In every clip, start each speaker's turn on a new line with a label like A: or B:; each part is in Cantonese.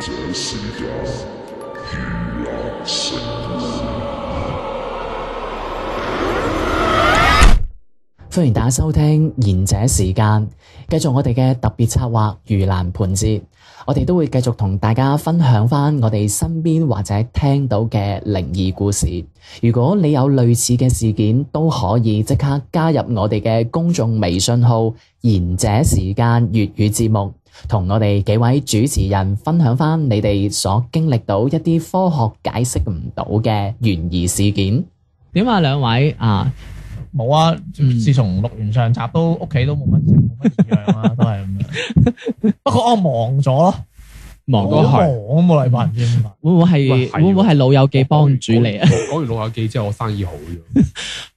A: Conhecida Vila
B: 歡迎大家收聽賢者時間，繼續我哋嘅特別策劃盂蘭盆節，我哋都會繼續同大家分享翻我哋身邊或者聽到嘅靈異故事。如果你有類似嘅事件，都可以即刻加入我哋嘅公眾微信號賢者時間粵語節目，同我哋幾位主持人分享翻你哋所經歷到一啲科學解釋唔到嘅懸疑事件。點啊，兩位啊？
C: 冇啊！
B: 嗯
C: 自從錄完上集都屋企都冇乜冇乜異樣 啦，都係咁樣。不過我忙咗咯，
D: 忙過
C: 我忙
D: 去，
C: 啊嘛，禮拜唔知點解。
D: 會唔會係
E: 喂係喎
D: 會唔會係老友記幫主你啊？？
E: 講完老友記之後，我生意好 咗。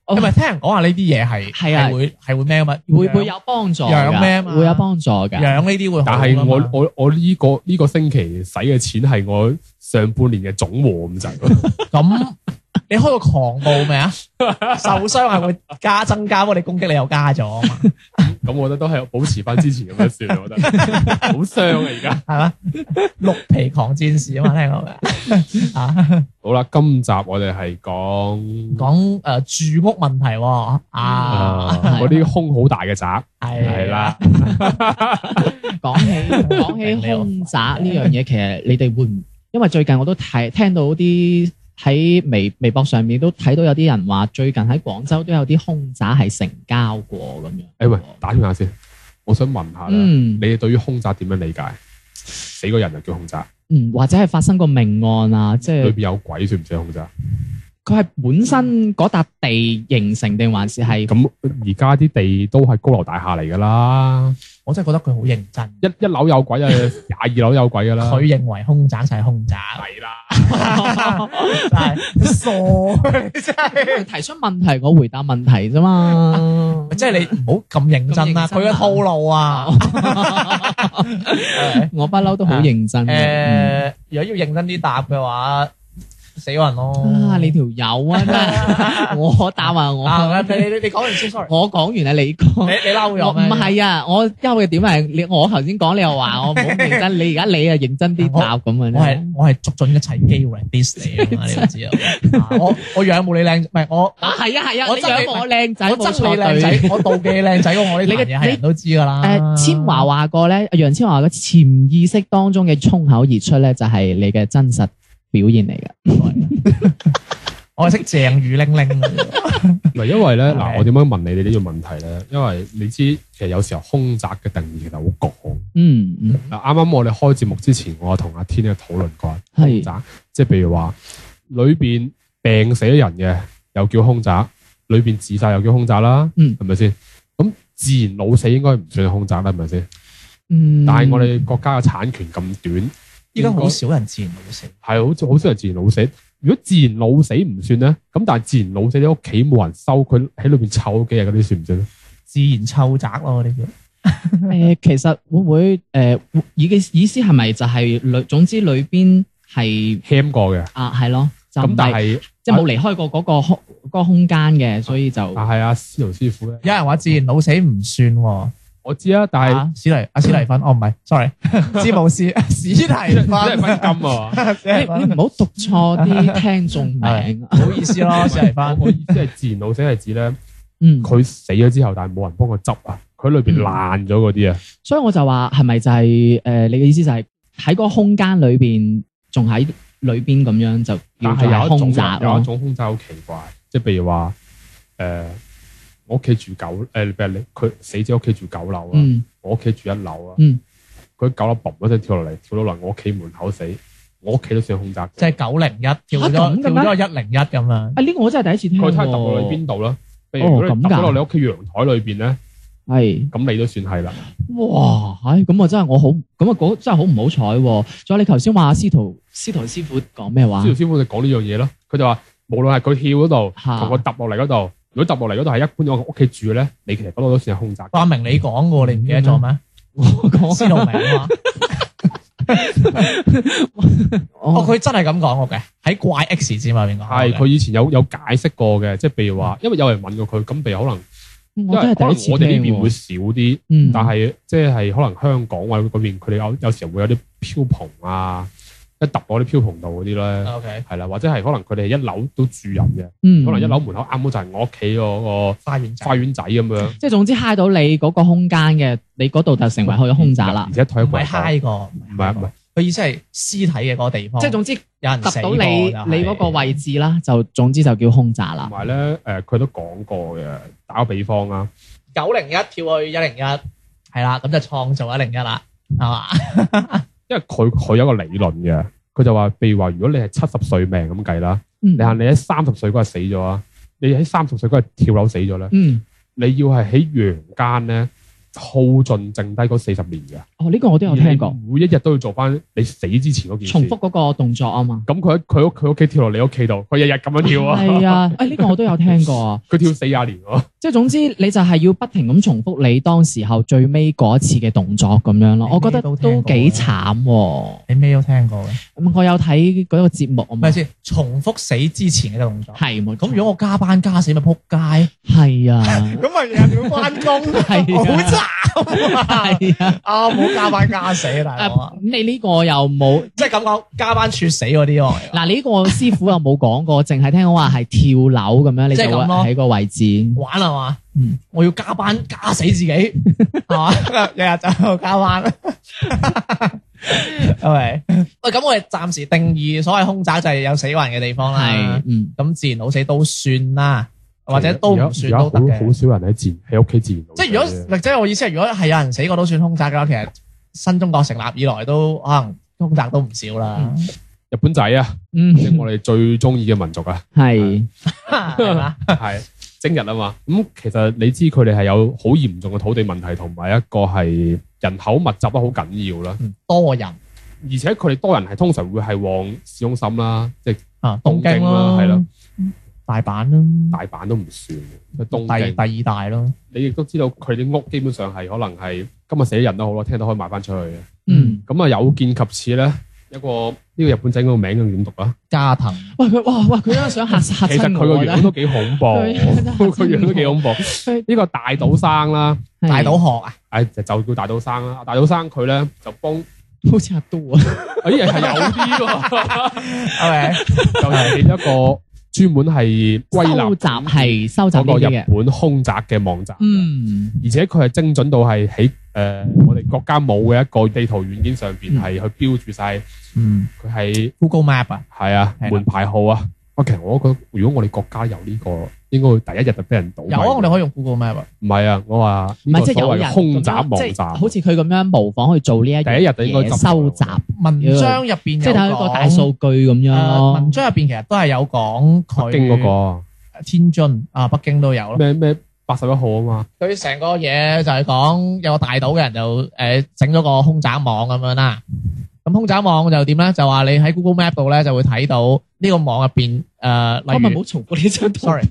D: 哦
C: 因為聽人講話呢啲嘢係
D: 係啊
C: 係會係會咩啊嘛？
D: 會會
C: 養
D: 有幫助
C: 養咩啊
D: 㗎？
C: 嘛
D: 會有幫助㗎。
C: 養呢啲會好
E: 但
C: 㗎
E: 係
C: 嘛，
E: 我我我呢個呢個星期使嘅錢係我上半年嘅總和咁 滯。
C: 咁你開個狂暴未啊？ 受傷係會加增加，不過你攻擊你又加咗啊 嘛，
E: 咁我覺得都係保持翻之前咁樣 算，我覺得好傷啊！而家
C: 係嘛？綠皮狂戰士啊嘛，聽過未啊？啊，
E: 好啦，今集我哋係講
C: 講誒住屋問題喎，啊，
E: 啊嗰啲空好大嘅宅係
C: 係啊
E: 啦，，
D: 講起講
C: 明
D: 起
C: 你喎
D: 空宅呢樣嘢，其實你哋會唔？因為最近我都睇聽到啲喺微微博上面都睇到有啲人話，最近喺廣州都有啲空宅係成交過咁樣。
E: 誒哎喂，打斷下先，我想問下咧，
D: 嗯
E: 你哋對於空宅點樣理解？死個人就叫空宅，
D: 嗯，或者係發生過命案啊，即
E: 裏
C: 嗯
D: 係
E: 邊有鬼算唔算空宅？
D: 佢係本身嗰笪地形成定還是係
E: 咁而家啲地都係高樓大廈嚟㗎啦。
C: 我真係覺得佢好認真。
E: 一一樓有 鬼啊，廿二樓有鬼噶啦。
C: 佢認為空宅就係空宅，
E: 係啦，
C: 真係傻，你 真係。。
D: 提出問題，我回答問題啫嘛
C: 即係你唔好咁認真啦，
D: 咁認真
C: 佢
D: 啊
C: 嘅套路啊，誒、
D: 我不嬲都好
C: 啊
D: 認真嘅。嗯
C: 如果要認真啲答嘅話，死人咯。
D: 啊，你條友啊，真係 我答啊，我
C: 啊，你你你講完先，sorry，
D: 我講完啊，你講
C: 你。你嬲
D: 我
C: 咗
D: 唔
C: 咩？
D: 係啊，我憂嘅點係你，我頭先講你又話我冇認真，你而家你啊認真啲答咁啊，
C: 我係我係捉準一切機會嚟 diss 你啊嘛， 你都知啊。啊我我仰慕你靚，唔係我
D: 啊係啊係啊，
C: 我
D: 你
C: 憎
D: 養
C: 你
D: 我靚仔，
C: 我
D: 冇
C: 憎
D: 錯
C: 你靚
D: 對
C: 仔，啊我妒忌你靚仔過我呢
D: 你嘅
C: 啲嘢係人都知㗎啦。
D: 誒，千華話過咧，楊千華嘅潛意識當中嘅衝口而出咧，就係你嘅真實表現嚟嘅。
C: 我係識鄭雨玲 玲㗎。
E: 唔係因為咧，嗱，
C: 係
E: 我點樣問你哋呢個問題咧？因為你知其實有時候空宅嘅定義其實好廣。
D: 嗯嗯，
E: 嗱，啱啱我哋開節目之前，我同阿天咧討論過空
D: 係
E: 宅，即係譬如話裏邊病死人嘅又叫空宅，裏邊自殺又叫空宅啦，
D: 嗯
E: 係咪先？咁自然老死應該唔算空宅啦，係咪先？
D: 嗯，
E: 但係我哋國家嘅產權咁短，
C: 依家好少人自然老死，
E: 係好似好少人自然老死。如果自然老死唔算咧，咁但係自然老死你屋企冇人收，佢喺裏邊湊幾日嗰啲算唔算咧？
C: 自然臭宅咯，我哋叫
D: 誒、呃其實會唔會誒意嘅意思係咪就係裏總之裏邊係
E: 輕過嘅，
D: 啊係咯，就
E: 咁
D: 唔
E: 但
D: 係
E: 係
D: 即係冇離開過嗰個空嗰個空間嘅，所以就
E: 但係阿司徒師傅咧，
C: 有人話自然老死唔算喎，
E: 我知 啊，但係
C: 啊史黎阿史黎芬，哦唔係，sorry，詹 姆斯史
E: 即
C: 黎
E: 係
C: 芬，
E: 分金啊嘛。
C: 史
D: 你
C: 黎
D: 你 唔
C: 芬，
D: 好讀錯啲聽眾 名啊。
C: 唔好意思 咯，史黎芬，
E: 我我意思係自然老死係指咧，
D: 嗯，
E: 佢死咗之後，但係冇人幫佢執啊，佢裏邊爛咗嗰啲啊，
D: 所以我就話係咪就係、誒你嘅意思就係喺嗰個空間裏邊，仲喺裏邊咁樣就叫
E: 但
D: 做
E: 係
D: 係
E: 有一
D: 空
E: 種
D: 宅
E: 有
D: 咯
E: 一。種空宅好奇怪，即係譬如話誒，我屋企住九誒，譬如你佢死者屋企住九樓啊。
D: 嗯
E: 我屋企住一樓啊，
D: 嗯
E: 佢九樓嘣一聲跳落嚟，跳到落我屋企門口死，我屋企都算空宅。
C: 即係九零一跳咗
D: 嚇啊咁嘅
C: 跳
D: 咩
C: 咗一零一咁樣，
D: 啊呢、個我真係第一次聽
E: 佢
D: 喎。
E: 睇下揼落去邊度啦。譬如如
D: 哦
E: 果你揼
D: 咁㗎
E: 咗落你屋企陽台裏邊咧，
D: 係。
E: 咁你都算係啦。
D: 哇！唉，咁啊真係我好，咁啊嗰真係好唔好彩喎。仲有你頭先話司徒司徒師傅講咩話
E: 之？後師傅就講呢樣嘢咯，佢就話無論係佢跳嗰度
D: 嚇
E: 同我揼落嚟嗰度，如果揼落嚟嗰度係一般我屋企住咧，你其實嗰度都算係空宅。
C: 我阿明你講過，你唔記得咗咩？
D: 我講
C: 司徒明啊嘛，哦
D: 哦，
C: 佢真係咁講過嘅，喺怪 X 節目入面講過
E: 係
C: 嘅，
E: 佢以前有有解釋過嘅，即係譬如話，因為有人問過佢，咁譬如可能
D: 嗯
E: 因
D: 我
E: 為
D: 真
E: 可
D: 係
E: 能
D: 第
E: 我
D: 一次
E: 哋呢
D: 聽
E: 邊會
D: 喎。
E: 少啲，
D: 嗯
E: 但係即係可能香港或者嗰邊佢哋有有時候會有啲飄蓬啊，一揼落啲飄紅度嗰啲咧，
C: OK，
E: 係啦，或者係可能佢哋一樓都住人嘅，
D: 嗯，
E: 可能一樓門口啱好就係我屋企嗰個
C: 花園仔
E: 花園仔咁樣，
D: 即係總之嗨到你嗰個空間嘅，你嗰度就成為去咗空宅啦
E: 而。且退
C: 唔
E: 一步
C: 係
E: 嚟講
C: high 過，唔
E: 唔係唔係，
C: 佢意思係屍體嘅嗰個
E: 嗯
C: 地方，
D: 即係總之
C: 有人死
D: 揼到
C: 過
D: 你你嗰個
C: 位，
D: 位置啦，就總之就叫空宅
E: 同
D: 啦。
E: 埋咧誒，佢都講過嘅，打個比方啦，
C: 九零一跳去一零一，係啦，咁就創造一零一啦，係嘛？
E: 因為佢佢有一個理論嘅，佢就話，譬如話如果你係七十歲命咁計啦，
D: 嗯
E: 你行你喺三十歲嗰日死咗啊，你喺三十歲嗰日跳樓死咗咧，
D: 嗯，
E: 你要係喺陽間咧耗盡剩低嗰四十年嘅，
D: 哦，呢個我都有
E: 而你
D: 聽過，
E: 每一日都要做翻你死之前嗰件事。
D: 重複嗰個動作啊嘛。
E: 咁佢喺佢屋佢屋企跳落你屋企度，佢日日咁樣跳啊！
D: 係啊，誒呢個我都有聽過啊。
E: 佢跳四廿年喎，
D: 即係總之，你就係要不停咁重複你當時候最尾嗰一次嘅動作咁樣咯。我覺得都幾慘喎。
C: 你咩都聽過嘅，
D: 咁啊我有睇嗰個節目啊嘛
C: 咪，先重複死之前嘅動作。
D: 係冇錯
C: 咁如果我加班加死咪撲街，啊
D: 係 啊，
C: 咁咪日日要翻工，
D: 係
C: 好慘啊！
D: 係啊。
C: 啊，冇加班加死啊，大佬啊
D: 誒，咁你呢個又 冇
C: 即係咁講，加班猝死嗰啲喎。
D: 嗱？你呢個師傅又冇講過，淨係聽講話係跳樓咁樣，你就
C: 即係
D: 會
C: 咁咯
D: 喺個位置。
C: 玩係嘛？
D: 嗯
C: 我要加班加死自己，係嘛？ 日日就喺度加班， 係咪？喂，咁我哋暫時定義所謂空宅就係有死人嘅地方啦
D: 係，。嗯，
C: 咁自然老死都算啦，或者都唔算
E: 而家
C: 都
E: 好
C: 得
E: 好
C: 嘅。
E: 少人喺自喺屋企自然老死
C: 即
E: 嘅。
C: 係如果，或者我意思係，如果係有人死過都算空宅嘅話，其實新中國成立以來都可能空宅都唔少啦，
E: 日本仔啊，即係
D: 嗯，
E: 我哋最中意嘅民族 啊，
D: 係
C: 係 嘛？
E: 係精日啊嘛。咁其實你知佢哋係有好嚴重嘅土地問題，同埋一個係人口密集得好緊要啦。
C: 多人
E: 而且佢哋多人係通常會係往市中心啦，即係
C: 啊，東
E: 東
C: 京
E: 京
C: 咯，
E: 啦，係啦，
C: 大阪啦，
E: 大阪都唔算嘅。東
C: 第
E: 京，
C: 第二大咯。
E: 你亦都知道佢哋啲屋基本上係可能係今日死咗人都好啦，聽日都可以賣翻出去嘅。
D: 嗯。
E: 咁啊，有見及此咧，一個呢、個日本仔個名叫點讀啊？
C: 加藤
D: 喂佢哇哇佢都想嚇嚇
E: 其實
D: 啊親
E: 佢個
D: 我啦
E: 樣，都幾恐 怖，
D: 佢
E: 佢樣都幾恐怖。呢個大島生啦，
D: 係
C: 大島學啊，
E: 誒就叫大島生啦。大島生佢咧就幫，
D: 好似阿都啊，
E: 哎呀係有啲 喎，
C: 係咪？
E: 就係起一個專門係歸
D: 收
E: 納
D: 集係收集呢
E: 嗰個
D: 啲
E: 日
D: 嘅，
E: 本空宅嘅網站，
D: 嗯，
E: 而且佢係精準到係喺誒我哋國家冇嘅一個地圖軟件上
D: 嗯
E: 邊係去標住晒
C: 嗯
E: 佢係
C: ，Google Map 啊，
E: 係啊
C: 係啦
E: 門牌號啊。我其實我覺得，如果我哋國家有呢個，應該會第一日就俾人倒。
C: 有啊，我哋可以用 Google Map 啊，
E: 唔係啊，我話
D: 唔係
E: 呢個
D: 即係有
E: 所謂
D: 人
E: 嘅空宅
D: 咁樣
E: 網
D: 即係
E: 站，
D: 好似佢咁樣模仿去做呢一樣
E: 第一日就應該
D: 嘢
E: 執
D: 收集，
C: 文章入邊
D: 即係睇
C: 有
D: 佢個
C: 講
D: 大數據咁樣
C: 誒文
D: 咯。
C: 章入邊其實都係有講佢
E: 北京嗰
C: 天津啊，北京都有
E: 個
D: 嗯
C: 咯。
E: 咩咩八十一號啊嘛，
C: 佢成個嘢就係講有個大島嘅人就誒整咗個空宅網咁樣啦。咁空宅網就點咧？就話你喺 Google Map 度咧就會睇到呢個網入邊誒，
D: 我
C: 例
D: 咪
C: 如
D: 唔好重複呢張圖
C: Sorry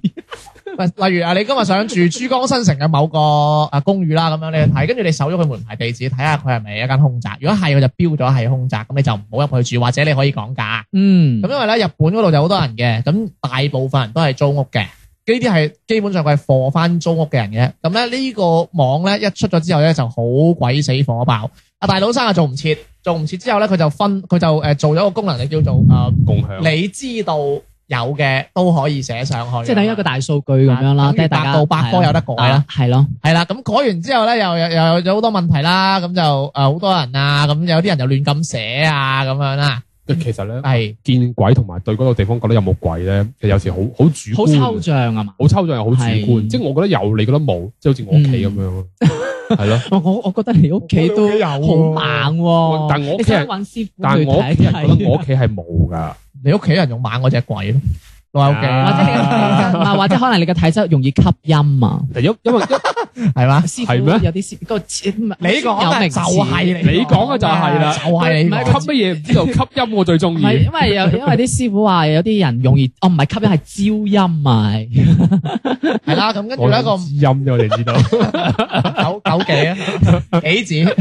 C: 喂，例如啊，你今日想住珠江新城嘅某個啊公寓啦，咁樣你去睇，跟住你搜咗佢門牌地址，睇下佢係咪一間空宅。如果係，佢就標咗係空宅，咁你就唔好入去住，或者你可以講價。
D: 嗯，
C: 咁因為咧，日本嗰度就好多人嘅，咁大部分人都係租屋嘅，呢啲係基本上佢係貨翻租屋嘅人嘅。咁咧呢個網咧一出咗之後咧，就好鬼死火爆。阿大佬生啊，做唔切，做唔切之後咧，佢就分佢就誒做咗個功能，就叫做誒、
E: 共享
C: 你知道有嘅都可以寫上去，
D: 即係等於一個大數據咁樣啦，
C: 啊
D: 即係大
C: 百
D: 家
C: 度百科有得改啦，
D: 係啊係咯，
C: 係啦，咁改完之後咧，又又又有好多問題啦，咁就誒好多人啊，咁有啲人就亂咁寫啊，咁樣啦，
E: 即係其實咧
C: 係
E: 見鬼同埋對嗰個地方覺得有冇鬼咧，其實有時好好主
D: 好抽
E: 觀，
D: 象啊嘛。
E: 好抽象又好主
D: 係嗯
E: 觀，即係我覺得有，你覺得冇，即係好似我屋企咁樣咯，係 咯。
D: 我我我覺得你屋企都
C: 我屋企有
D: 好
C: 喎
D: 猛喎，
E: 但我屋
D: 你
E: 企
D: 想
E: 人，
D: 揾師傅
E: 但係
D: 去
E: 我屋
D: 睇
E: 企人覺得
D: 睇
E: 我屋企係冇㗎，
C: 你屋企人用猛嗰只鬼咯，老友記
D: 或者你嘅體質，唔 係或者可能你嘅體質容易吸音啊。
E: 但因因為
C: 係嘛？
D: 師
E: 係
D: 傅
E: 咩
D: 有啲師個你
C: 你講嘅就係
D: 係
C: 你，
E: 你講嘅就係啦
C: 就係你
D: 唔係
C: 講
D: 個
E: 吸乜嘢唔知道，吸音我最中
D: 唔
E: 意。
D: 係因為 有因為啲師傅話有啲人容易哦唔係吸引係招音啊，係
C: 係啦，咁跟住
E: 我
C: 咧個
E: 知音啫，我哋知道。
C: 九九幾啊，幾字？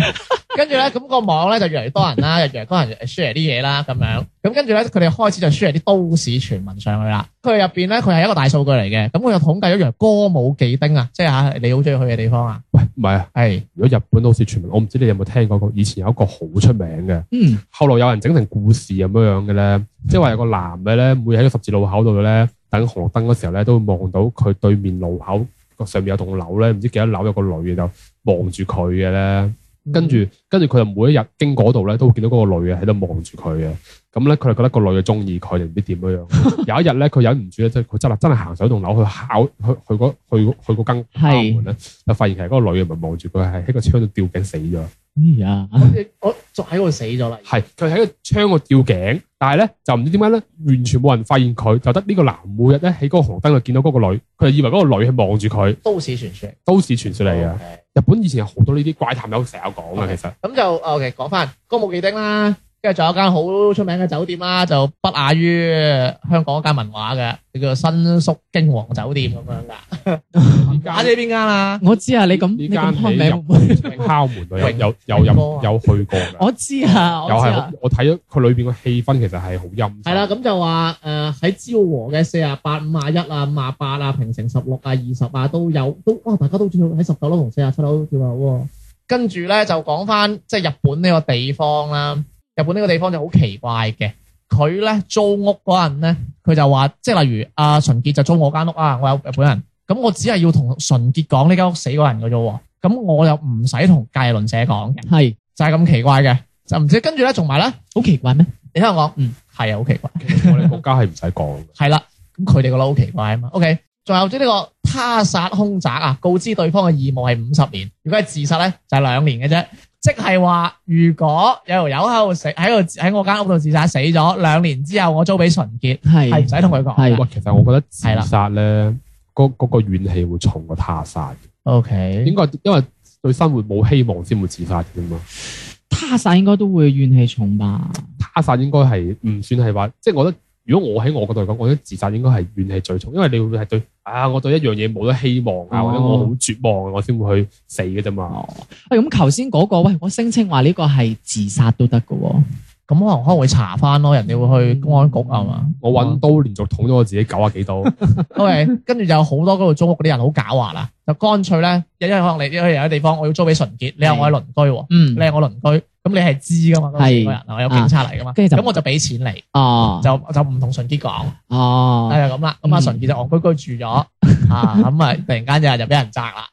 C: 跟住咧，咁個網咧就越嚟越多人啦，越嚟越多人 share 啲嘢啦，咁樣。咁跟住咧，佢哋開始就 share 啲都市傳聞上去啦。佢入邊咧，佢係一個大數據嚟嘅，咁佢就統計咗原來歌舞伎町啊，即係嚇你好中意去嘅地方啊。
E: 喂，唔係啊，
C: 係
E: 如果日本都市傳聞，我唔知你有冇聽過個，以前有一個好出名嘅，
D: 嗯，
E: 後來有人整成故事咁樣樣嘅咧，即係話有個男嘅咧，每日喺個十字路口度咧等紅綠燈嗰時候咧，都會望到佢對面路口個上面有棟樓咧，唔知幾多樓有個女嘅就望住佢嘅咧，跟住跟住佢就每一日經嗰度咧，都會見到嗰個女嘅喺度望住佢嘅，咁咧佢就覺得個女嘅中意佢定唔知 點樣樣。有一日咧，佢忍唔住咧，即係佢真係真係行上棟樓去敲去去嗰去嗰去嗰間
D: 係
E: 門咧，就發現其實嗰個女嘅唔係望住佢，係喺個窗度吊頸死咗。
D: 哎呀，
C: 我仲喺度死咗啦。
E: 係佢喺個窗個吊頸，但係咧就唔知點解咧，完全冇人發現佢，就得呢個男每日咧喺嗰個紅燈度見到嗰個女，佢就以為嗰個女係望住佢，
C: 都市傳說
E: 都市傳說嚟嘅。
C: 嘅。
E: 日本以前有好多呢啲怪談友成日有講嘅，
C: Okay
E: 其實
C: 咁就 OK，講翻歌舞伎町啦，跟住仲有間好出名嘅酒店啦，就不亞於香港一間文華嘅，叫做新宿京王酒店咁樣噶。打知邊間啊？
D: 我知啊，你咁
E: 呢
D: 你咁
E: 間
D: 開
E: 喺
D: 名
E: 日
D: 會唔會，
E: 本敲門啊度有
C: 榮榮
E: 有有
C: 哥
E: 有
C: 啊
E: 有去過嘅，
D: 我知啊，我
E: 又
D: 知
E: 係
D: 啊，
E: 我睇咗佢裏邊個氣氛其實係好陰。
C: 係啦，咁就話誒喺昭和嘅四啊八、五啊一啊、五啊八啊、平成十六啊、二十啊都有，都哇大家都跳喺十九樓同四啊七樓都跳樓喎。跟住咧就講翻即係日本呢個地方啦，日本呢個地方就好奇怪嘅。佢咧租屋嗰陣咧，佢就話即係例如阿純潔就租我間屋啊，我有日本人，咁我只係要同純潔講呢間屋死嗰人嘅啫喎，咁我又唔使同隔離鄰舍講嘅，
D: 係
C: 就係、咁奇怪嘅，就唔知跟住咧，仲埋咧，
D: 好奇怪咩？
C: 你聽我講，嗯係啊，好奇怪。
E: 我哋國家係唔使講嘅。
C: 係啦，咁佢哋覺得好奇怪啊嘛。OK，仲有即呢個他殺兇宅啊，告知對方嘅義務係五十年，如果係自殺咧就係、兩年嘅啫。即係話，如果有條友喺度死喺度喺我間屋度自殺死咗，兩年之後我租俾純潔，係唔
D: 係
C: 使同佢講。
D: 係
E: 喂，其實我覺得自
C: 係啦
E: 殺咧，嗰嗰個怨氣會重過他殺，
C: O K，
E: 應該因為對生活冇希望先會自殺嘅嘛。
D: 他殺應該都會怨氣重吧？
E: 他殺應該係唔算係話，即係我覺得，如果我喺我角度嚟講，我覺得自殺應該係怨氣最重，因為你會係對啊，我對一樣嘢冇得希望啊，
D: 哦
E: 或者我好絕望啊，我先會去死嘅啫嘛。
D: 哦，喂，咁頭先嗰個，喂，我聲稱話呢個係自殺都得嘅喎，
C: 咁可能可能會查翻咯，人哋會去公安局啊嘛。
E: 我
D: 哦
E: 揾刀連續捅咗我自己九啊 幾刀，
C: O K，跟住就有好多嗰度租屋嗰啲人好狡猾啦，就乾脆咧，因為可能你因為有啲地方我要租俾純潔，你係我嘅鄰居喎。
D: 嗯
C: 你，係我鄰居，咁你係知噶嘛？嗰
D: 係
C: 個人我有警察嚟噶嘛？
D: 跟住就
C: 咁我就俾錢你，
D: 哦，
C: 就就唔同純潔講，
D: 哦
C: 就，係咁啦。咁阿
D: 嗯
C: 純潔就戇居居住 咗啊，咁啊突然間就就俾人摘啦，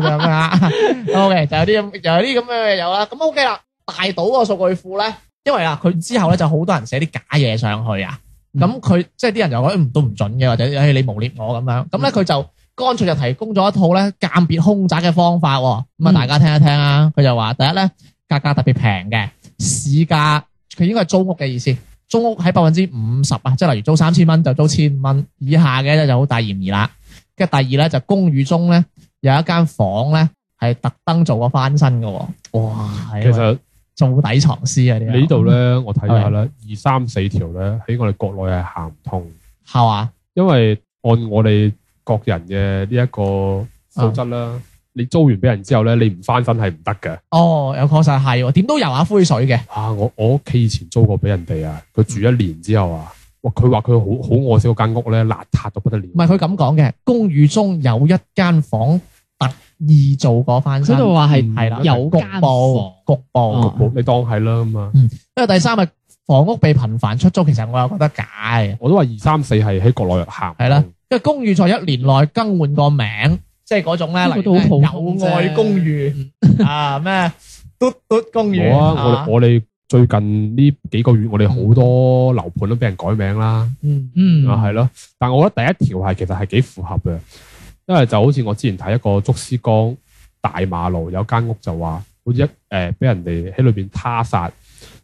C: 就咁啦。OK，就有啲咁就有啲咁嘅有啦。咁 OK 啦，大島個數據庫咧，因為啊佢之後咧就好多人寫啲假嘢上去啊，咁佢即係啲人就覺得嗯都唔準嘅，或者誒你污蔑我咁樣，咁咧佢就。乾脆就提供咗一套咧鑑別凶宅嘅方法喎，咁啊
D: 嗯
C: 大家聽一聽啊。佢就話第一咧價格特別平嘅，市價佢應該係租屋嘅意思，租屋喺百分之五十啊，即係例如租三千蚊就租千五蚊以下嘅咧就好大嫌疑啦。跟住第二咧就公寓中咧有一間房咧係特登做過翻新嘅喎，哇！係啊
E: 其實
C: 做底藏屍啊啲
E: 你呢度咧，我睇咗下咧，二三四條咧喺我哋國內係行唔通，
C: 係嘛？
E: 因為按我哋國人嘅呢一個素質
C: 啊
E: 啦，你租完俾人之後咧，你唔翻身係唔得嘅。
C: 哦，有確實係喎，點都游下灰水嘅，
E: 啊！我我屋企以前租過俾人哋啊，佢住一年之後啊，哇！佢話佢好好愛惜嗰間屋咧，邋遢到不得了。
C: 唔係佢咁講嘅。公寓中有一間房特意做過翻新
D: 佢。度話係
C: 係啦，
D: 有
C: 局
D: 間
C: 部
D: 房
C: 局部
D: 哦，
E: 冇你當係啦咁啊！
C: 因為第三日房屋被頻繁出租，其實我又覺得假嘅，因
E: 我都話二三四係喺國內行，
C: 係啦，為公寓在一年內更換個名，即係嗰種咧，
D: 呢個
C: 例
D: 都
C: 如
D: 好
C: 咩
D: 普通
C: 友愛
D: 啫嗯
C: 公寓啊，咩嘟嘟公寓
E: 冇啊！我我哋最近呢幾個月，我哋好多樓盤都俾人改名啦，
C: 嗯
D: 嗯，
E: 啊係咯。但我覺得第一條係其實係幾符合嘅，因為就好似我之前睇一個竹絲江大馬路有間屋就話，好似一誒
D: 嗯
E: 俾人哋喺裏邊他殺，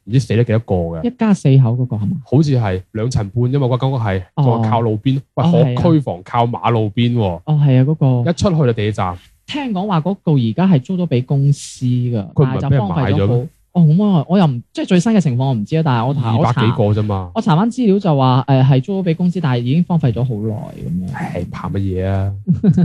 E: 唔知死咗幾多個嘅。
D: 一家四口嗰個係嘛？
E: 好似係兩層半，因為嗰間屋係
D: 哦
E: 仲係靠路邊，
D: 哦係
E: 喂，
D: 啊
E: 學區房靠馬路邊喎，
D: 哦，係啊，嗰個
E: 一出去就地鐵站，
D: 聽講話嗰度而家係租咗俾公司㗎，
E: 佢唔
D: 但係就
E: 係俾人
D: 荒廢
E: 買咗
D: 咗好
E: 咩。
D: 哦，咁啊，我又唔即係最新嘅情況我唔知啊，但係我查
E: 二
D: 我
E: 百幾
D: 查
E: 個啫嘛，
D: 我查翻資料就話誒係租咗俾公司，但係已經荒廢咗好耐咁樣。
E: 唉，怕乜嘢啊？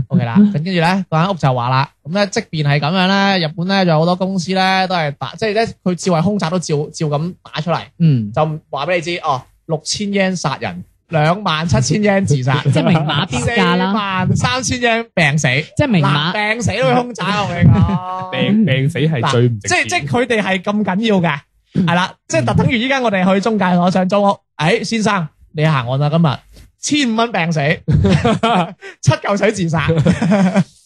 C: ，OK 啦。
D: 嗯
C: 咁跟住咧，嗰間屋就話啦，咁咧即便係咁樣咧，日本咧仲有好多公司咧都係打，即係咧佢照係空宅都照照咁打出嚟，
D: 嗯，
C: 就話俾你知哦，六千 yen 殺人，兩萬七千 yen 自殺，
D: 即係明碼標價
C: 四
D: 啦，
C: 萬三千 yen 病死，
D: 即係明
C: 嗱
D: 碼。
C: 病死都去空炸我哋
D: 嗯
C: 講。
E: 病病死係最唔值
C: 即係
E: 錢
C: 即係佢哋係咁緊要嘅，係啦，即係特等於依家我哋去中介所上租屋，诶、先生你行案啦今日，千五蚊病死， 七嚿水自殺，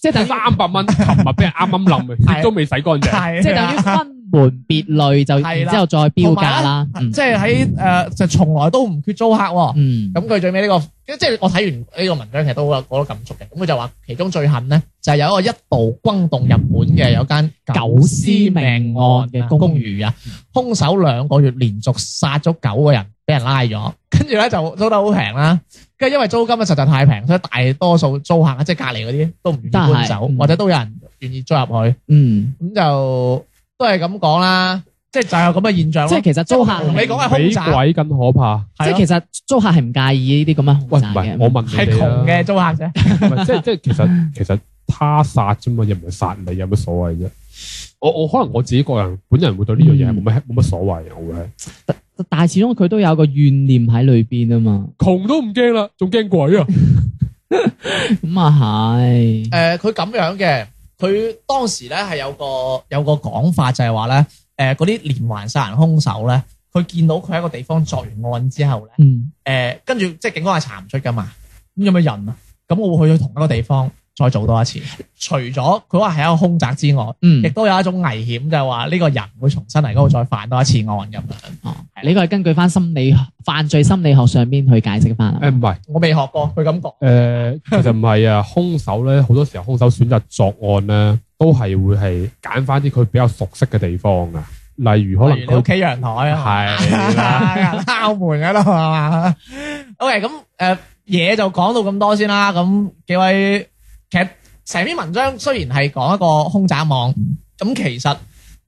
D: 即係等於
E: 三百 蚊，琴日俾人啱啱冧嘅，
C: 係
E: 血都未洗乾淨。
C: 係啊
D: 即係啊等於分門別類，就
C: 係啦
D: 然之後再標價啦。
C: 同埋
D: 嗯
C: 即係喺诶就從來都唔缺租客喎。
D: 嗯，
C: 咁佢最尾呢、個，即係我睇完呢個文章，其實都好有好多感觸嘅。咁佢就話其中最恨咧，就係、有一個一度轟動日本嘅有間
D: 狗屍命案嘅公寓
C: 公寓啊，兇手兩個月連續殺咗九個人，俾人拉咗，跟住咧就租得好平啦。跟住因為租金咧實在太平，所以大多數租客啊即係隔離嗰啲都唔願意
D: 都係
C: 搬走，
D: 嗯
C: 或者都有人願意租入去，
D: 嗯，
C: 咁就都係咁講啦。即係就有咁嘅現象
D: 即
C: 咯
D: 係。其實租客
C: 同你
D: 係，
C: 講啊係
E: 比
C: 空宅
E: 鬼更可怕。
D: 即係其實租客係唔介意呢啲咁嘅控
E: 喂，唔
D: 制
E: 係
D: 嘅。
E: 我問你
C: 係窮嘅
E: 哋
C: 租客啫。
E: 啊，唔係即 係即係其實其實他殺啫嘛，又唔係殺你，有乜所謂啫？我我可能我自己個人本人會對呢樣嘢係冇乜冇乜所謂嘅，我會係
D: 但係始終佢都有個怨念喺裏邊啊嘛。
E: 窮都唔驚啦，仲驚鬼啊！
D: 咁啊係，
C: 誒呃佢咁樣嘅，佢當時咧係有個有個講法就係話咧，誒嗰啲連環殺人兇手咧，佢見到佢喺一個地方作完案之後咧，誒、呃
D: 嗯，
C: 跟住即係警方係查唔出噶嘛，咁有咩人啊？咁我會去同一個地方再做多一次。除咗佢話係一個兇宅之外，
D: 嗯
C: 亦都有一種危險就係話呢個人會重新嚟嗰度再犯多一次案咁樣。
D: 哦，呢個係根據翻心理犯罪心理學上邊去解釋翻
E: 誒
D: 啦。
E: 唔係
C: 我未學過，佢咁講。
E: 誒，其實唔係啊，兇手咧好多時候兇手選擇作案咧，都係會係揀翻啲佢比較熟悉嘅地方啊，例如可能
C: 例如你屋
E: 佢
C: 企陽台啊。
E: 係啦。
C: 敲門喺度係嘛？OK，咁誒嘢就講到咁多先啦。咁幾位其實成篇文章雖然係講一個空宅網，咁其實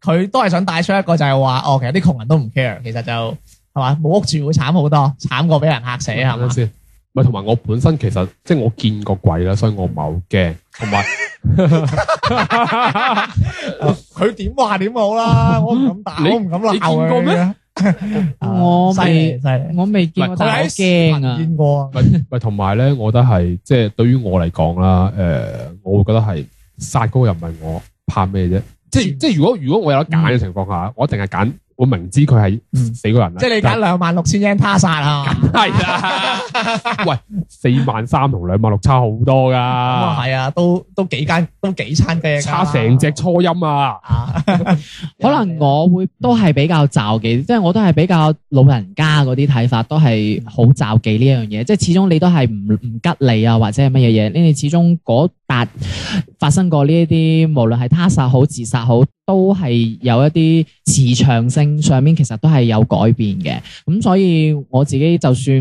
C: 佢都係想帶出一個就係話，哦，其實啲窮人都唔 care，其實就係嘛冇屋住會慘好多，慘過俾人嚇死啊係嘛
E: 啱？先？唔係同埋我本身其實即係我見過鬼啦，所以我唔係好驚，同埋。
C: 佢點話點好啦，我唔敢打，
E: 你
C: 我唔敢鬧
E: 你 見過
C: 佢
E: 咩。
D: 我
C: 犀利
D: 未
C: 犀利，
D: 我未見過，
E: 唔係
D: 但係我驚啊！
C: 見過啊，
E: 咪同埋咧，我覺得係即係對於我嚟講啦，誒、我會覺得係殺嗰個又唔係我，怕咩啫？即
C: 嗯
E: 係即係如果如果我有得揀嘅情況下，我一定係揀我明知佢係死個人啦，
C: 即係你揀兩萬六千 yen 他殺啊！
E: 但係啦， 喂，四萬三同兩萬六差好多
C: 咁啊
E: 噶，
C: 係啊，都都幾間都幾餐嘅，
E: 差成隻初音啊！
C: 啊！
D: 可能我會都係比較罩忌，即係我都係比較老人家嗰啲睇法，都係好罩忌呢樣嘢。即係始終你都係唔唔吉利啊，或者係乜嘢嘢，你哋始終嗰笪發生過呢一啲，無論係他殺好、自殺好，都係有一啲磁場性上面其實都係有改變嘅。咁所以我自己就算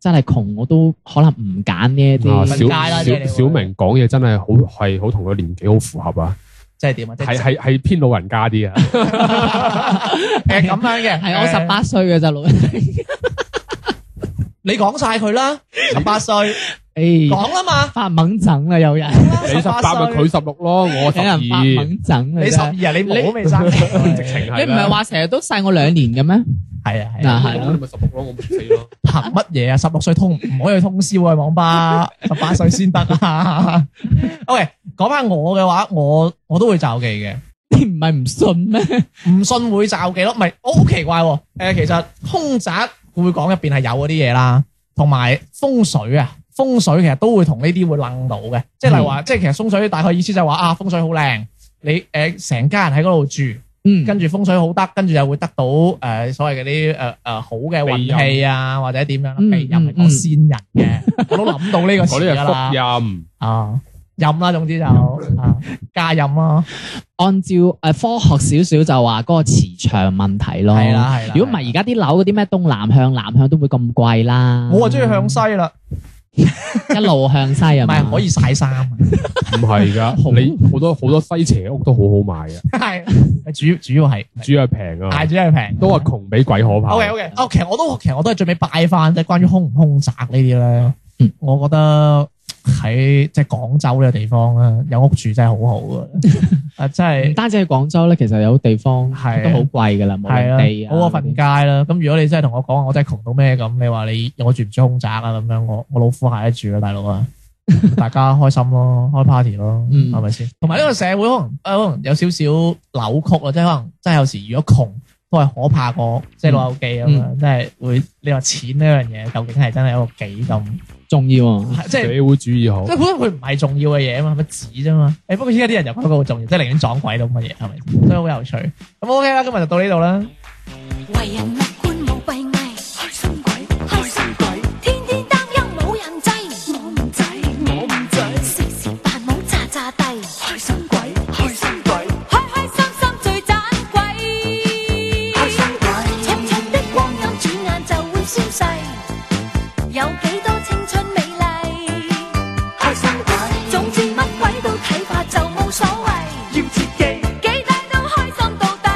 D: 真係窮，我都可能唔揀呢一
E: 啊，
D: 啲。
E: 小
C: 嗯瞓街啦即係
E: 小
C: 你會
E: 小明講嘢真係好係好同佢年紀好符合 啊，
C: 即係點啊？即
E: 係係係偏老人家 啲啊，
C: 誒咁樣嘅，
D: 係我
C: 誒
D: 十八，歲嘅咋老 人，
C: 你講晒佢啦，十八歲
D: 誒
C: 講啦嘛，
D: 發猛整啦有人。
E: 你十八咪佢十六咯，我十
D: 有
E: 二，
D: 人發
E: 直
D: 猛整嘅
C: 你十二啊，
D: 啫。
C: 你冇未生， 係
E: 情係啦啊
D: 你唔係話成日都細我兩年嘅咩？
C: 啊係啊，
D: 嗱係咯，
E: 咪十六咯，我咪死咯。
C: 憑乜嘢啊？十六歲通唔可以去通宵啊，網吧，十八歲先得啊。OK，講翻我嘅話，我我都會罩忌嘅。
D: 你唔係唔信咩？
C: 唔信會罩忌咯，唔係我好奇怪喎、誒其實空宅會講入邊係有嗰啲嘢啦，同埋風水啊，風水其實都會同呢啲會楞到嘅，即
D: 嗯
C: 係例如話，即係其實風水大概意思就係話啊，風水好靚，你誒成、家人喺嗰度住，
D: 嗯，
C: 跟住風水好得，跟住又會得到誒、所謂嗰啲誒誒好嘅運氣啊，或者點樣啦，
D: 嗯
C: 避任係
D: 嗯
C: 講先人嘅，我都諗到呢個
E: 嗰啲
C: 詞㗎啦，
E: 係福音，
C: 啊任啦，總之就啊加任
D: 哦
C: 啦，
D: 按照誒科學少少就話嗰個磁場問題咯。
C: 係啦係啦，
D: 如果唔係而家啲樓嗰啲咩東南向、南向都會咁貴啦。
C: 我啊 中意向西啦。
D: 一路向西係
C: 唔
D: 咪？
C: 係可以晒衫啊，
E: 唔 係㗎，你好多好多西斜屋都好好賣嘅，
C: 係主要主要係
E: 主要係平
C: 大
E: 啊，
C: 主要係平。
E: 都話窮比鬼可怕。
C: OK OK，哦，其實我都其實我都係最尾拜翻即係關於空唔空宅呢啲咧
D: 嗯，
C: 我覺得喺即係廣州呢個地方啦，有屋住真係好好 噶，啊真
D: 唔
C: 係
D: 單止喺廣州咧，其實有地方都
C: 係啊
D: 好貴噶啦，無
C: 係
D: 論地
C: 啦，
D: 啊，
C: 好過瞓街啦。咁如果你真係同我講我真係窮到咩咁，你話你我住唔住空宅啊咁樣，我我老虎蟹得住啊，大 佬啊！大家開心咯，開 party 咯，
D: 嗯
C: 係咪先？同埋呢個社會可能呃可能有少少扭曲啊，即係可能真係有時如果窮都係可怕過即係老友記咁
D: 嗯
C: 樣，真係會你話錢呢樣嘢究竟係真係一個幾咁
D: 重要啊。
C: 即係。
E: 社會主義好
C: 即係，本身佢唔係重要嘅嘢啊嘛，係咪紙啫嘛？誒，不過依家啲人又覺得佢好重要，即係寧願撞鬼都乜嘢，係咪？所以好有趣。咁 OK 啦，今日就到呢度啦。
F: 为人乐观冇閉翳，開心鬼，開心鬼，天天擔憂冇人制，我唔制，我唔制，時時扮懵詐詐地，開心鬼，開心鬼，開開心心最盞鬼，開心鬼，灼灼的光陰轉眼就會消逝，有幾多青春美麗，開心鬼，總之乜鬼都睇怕就冇所謂，要切記，幾大都開心到底。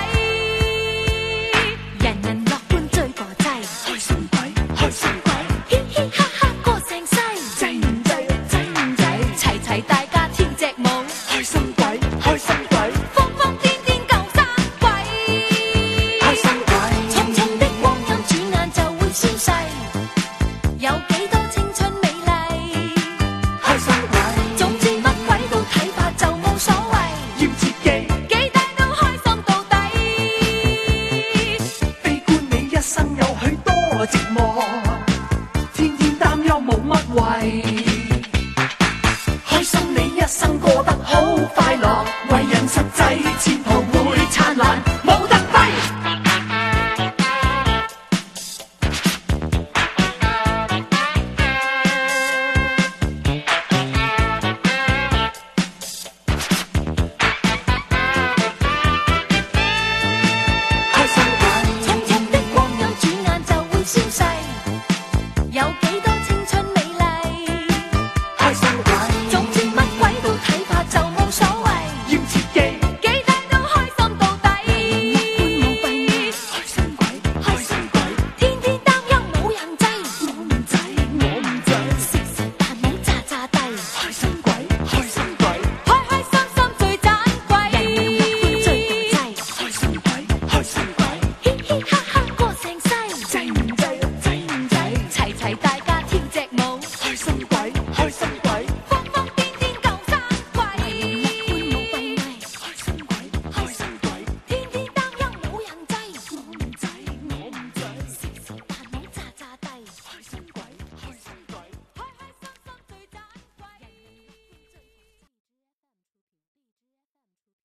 F: 人人樂觀追個掣，開心鬼，開心鬼，嘻嘻哈哈過成世，制唔制，制唔制，齊齊大家跳隻舞，開心鬼，開心鬼，瘋瘋癲癲夠生鬼，開心鬼，重重的光陰轉眼就會消逝，有幾多青春美麗，開心鬼，總之乜鬼都睇怕就冇所謂，要切記，幾大都開心到底。
G: 悲觀你一生有許多寂寞，天天擔憂冇乜謂。開心你一生過得好快樂，為人實際前途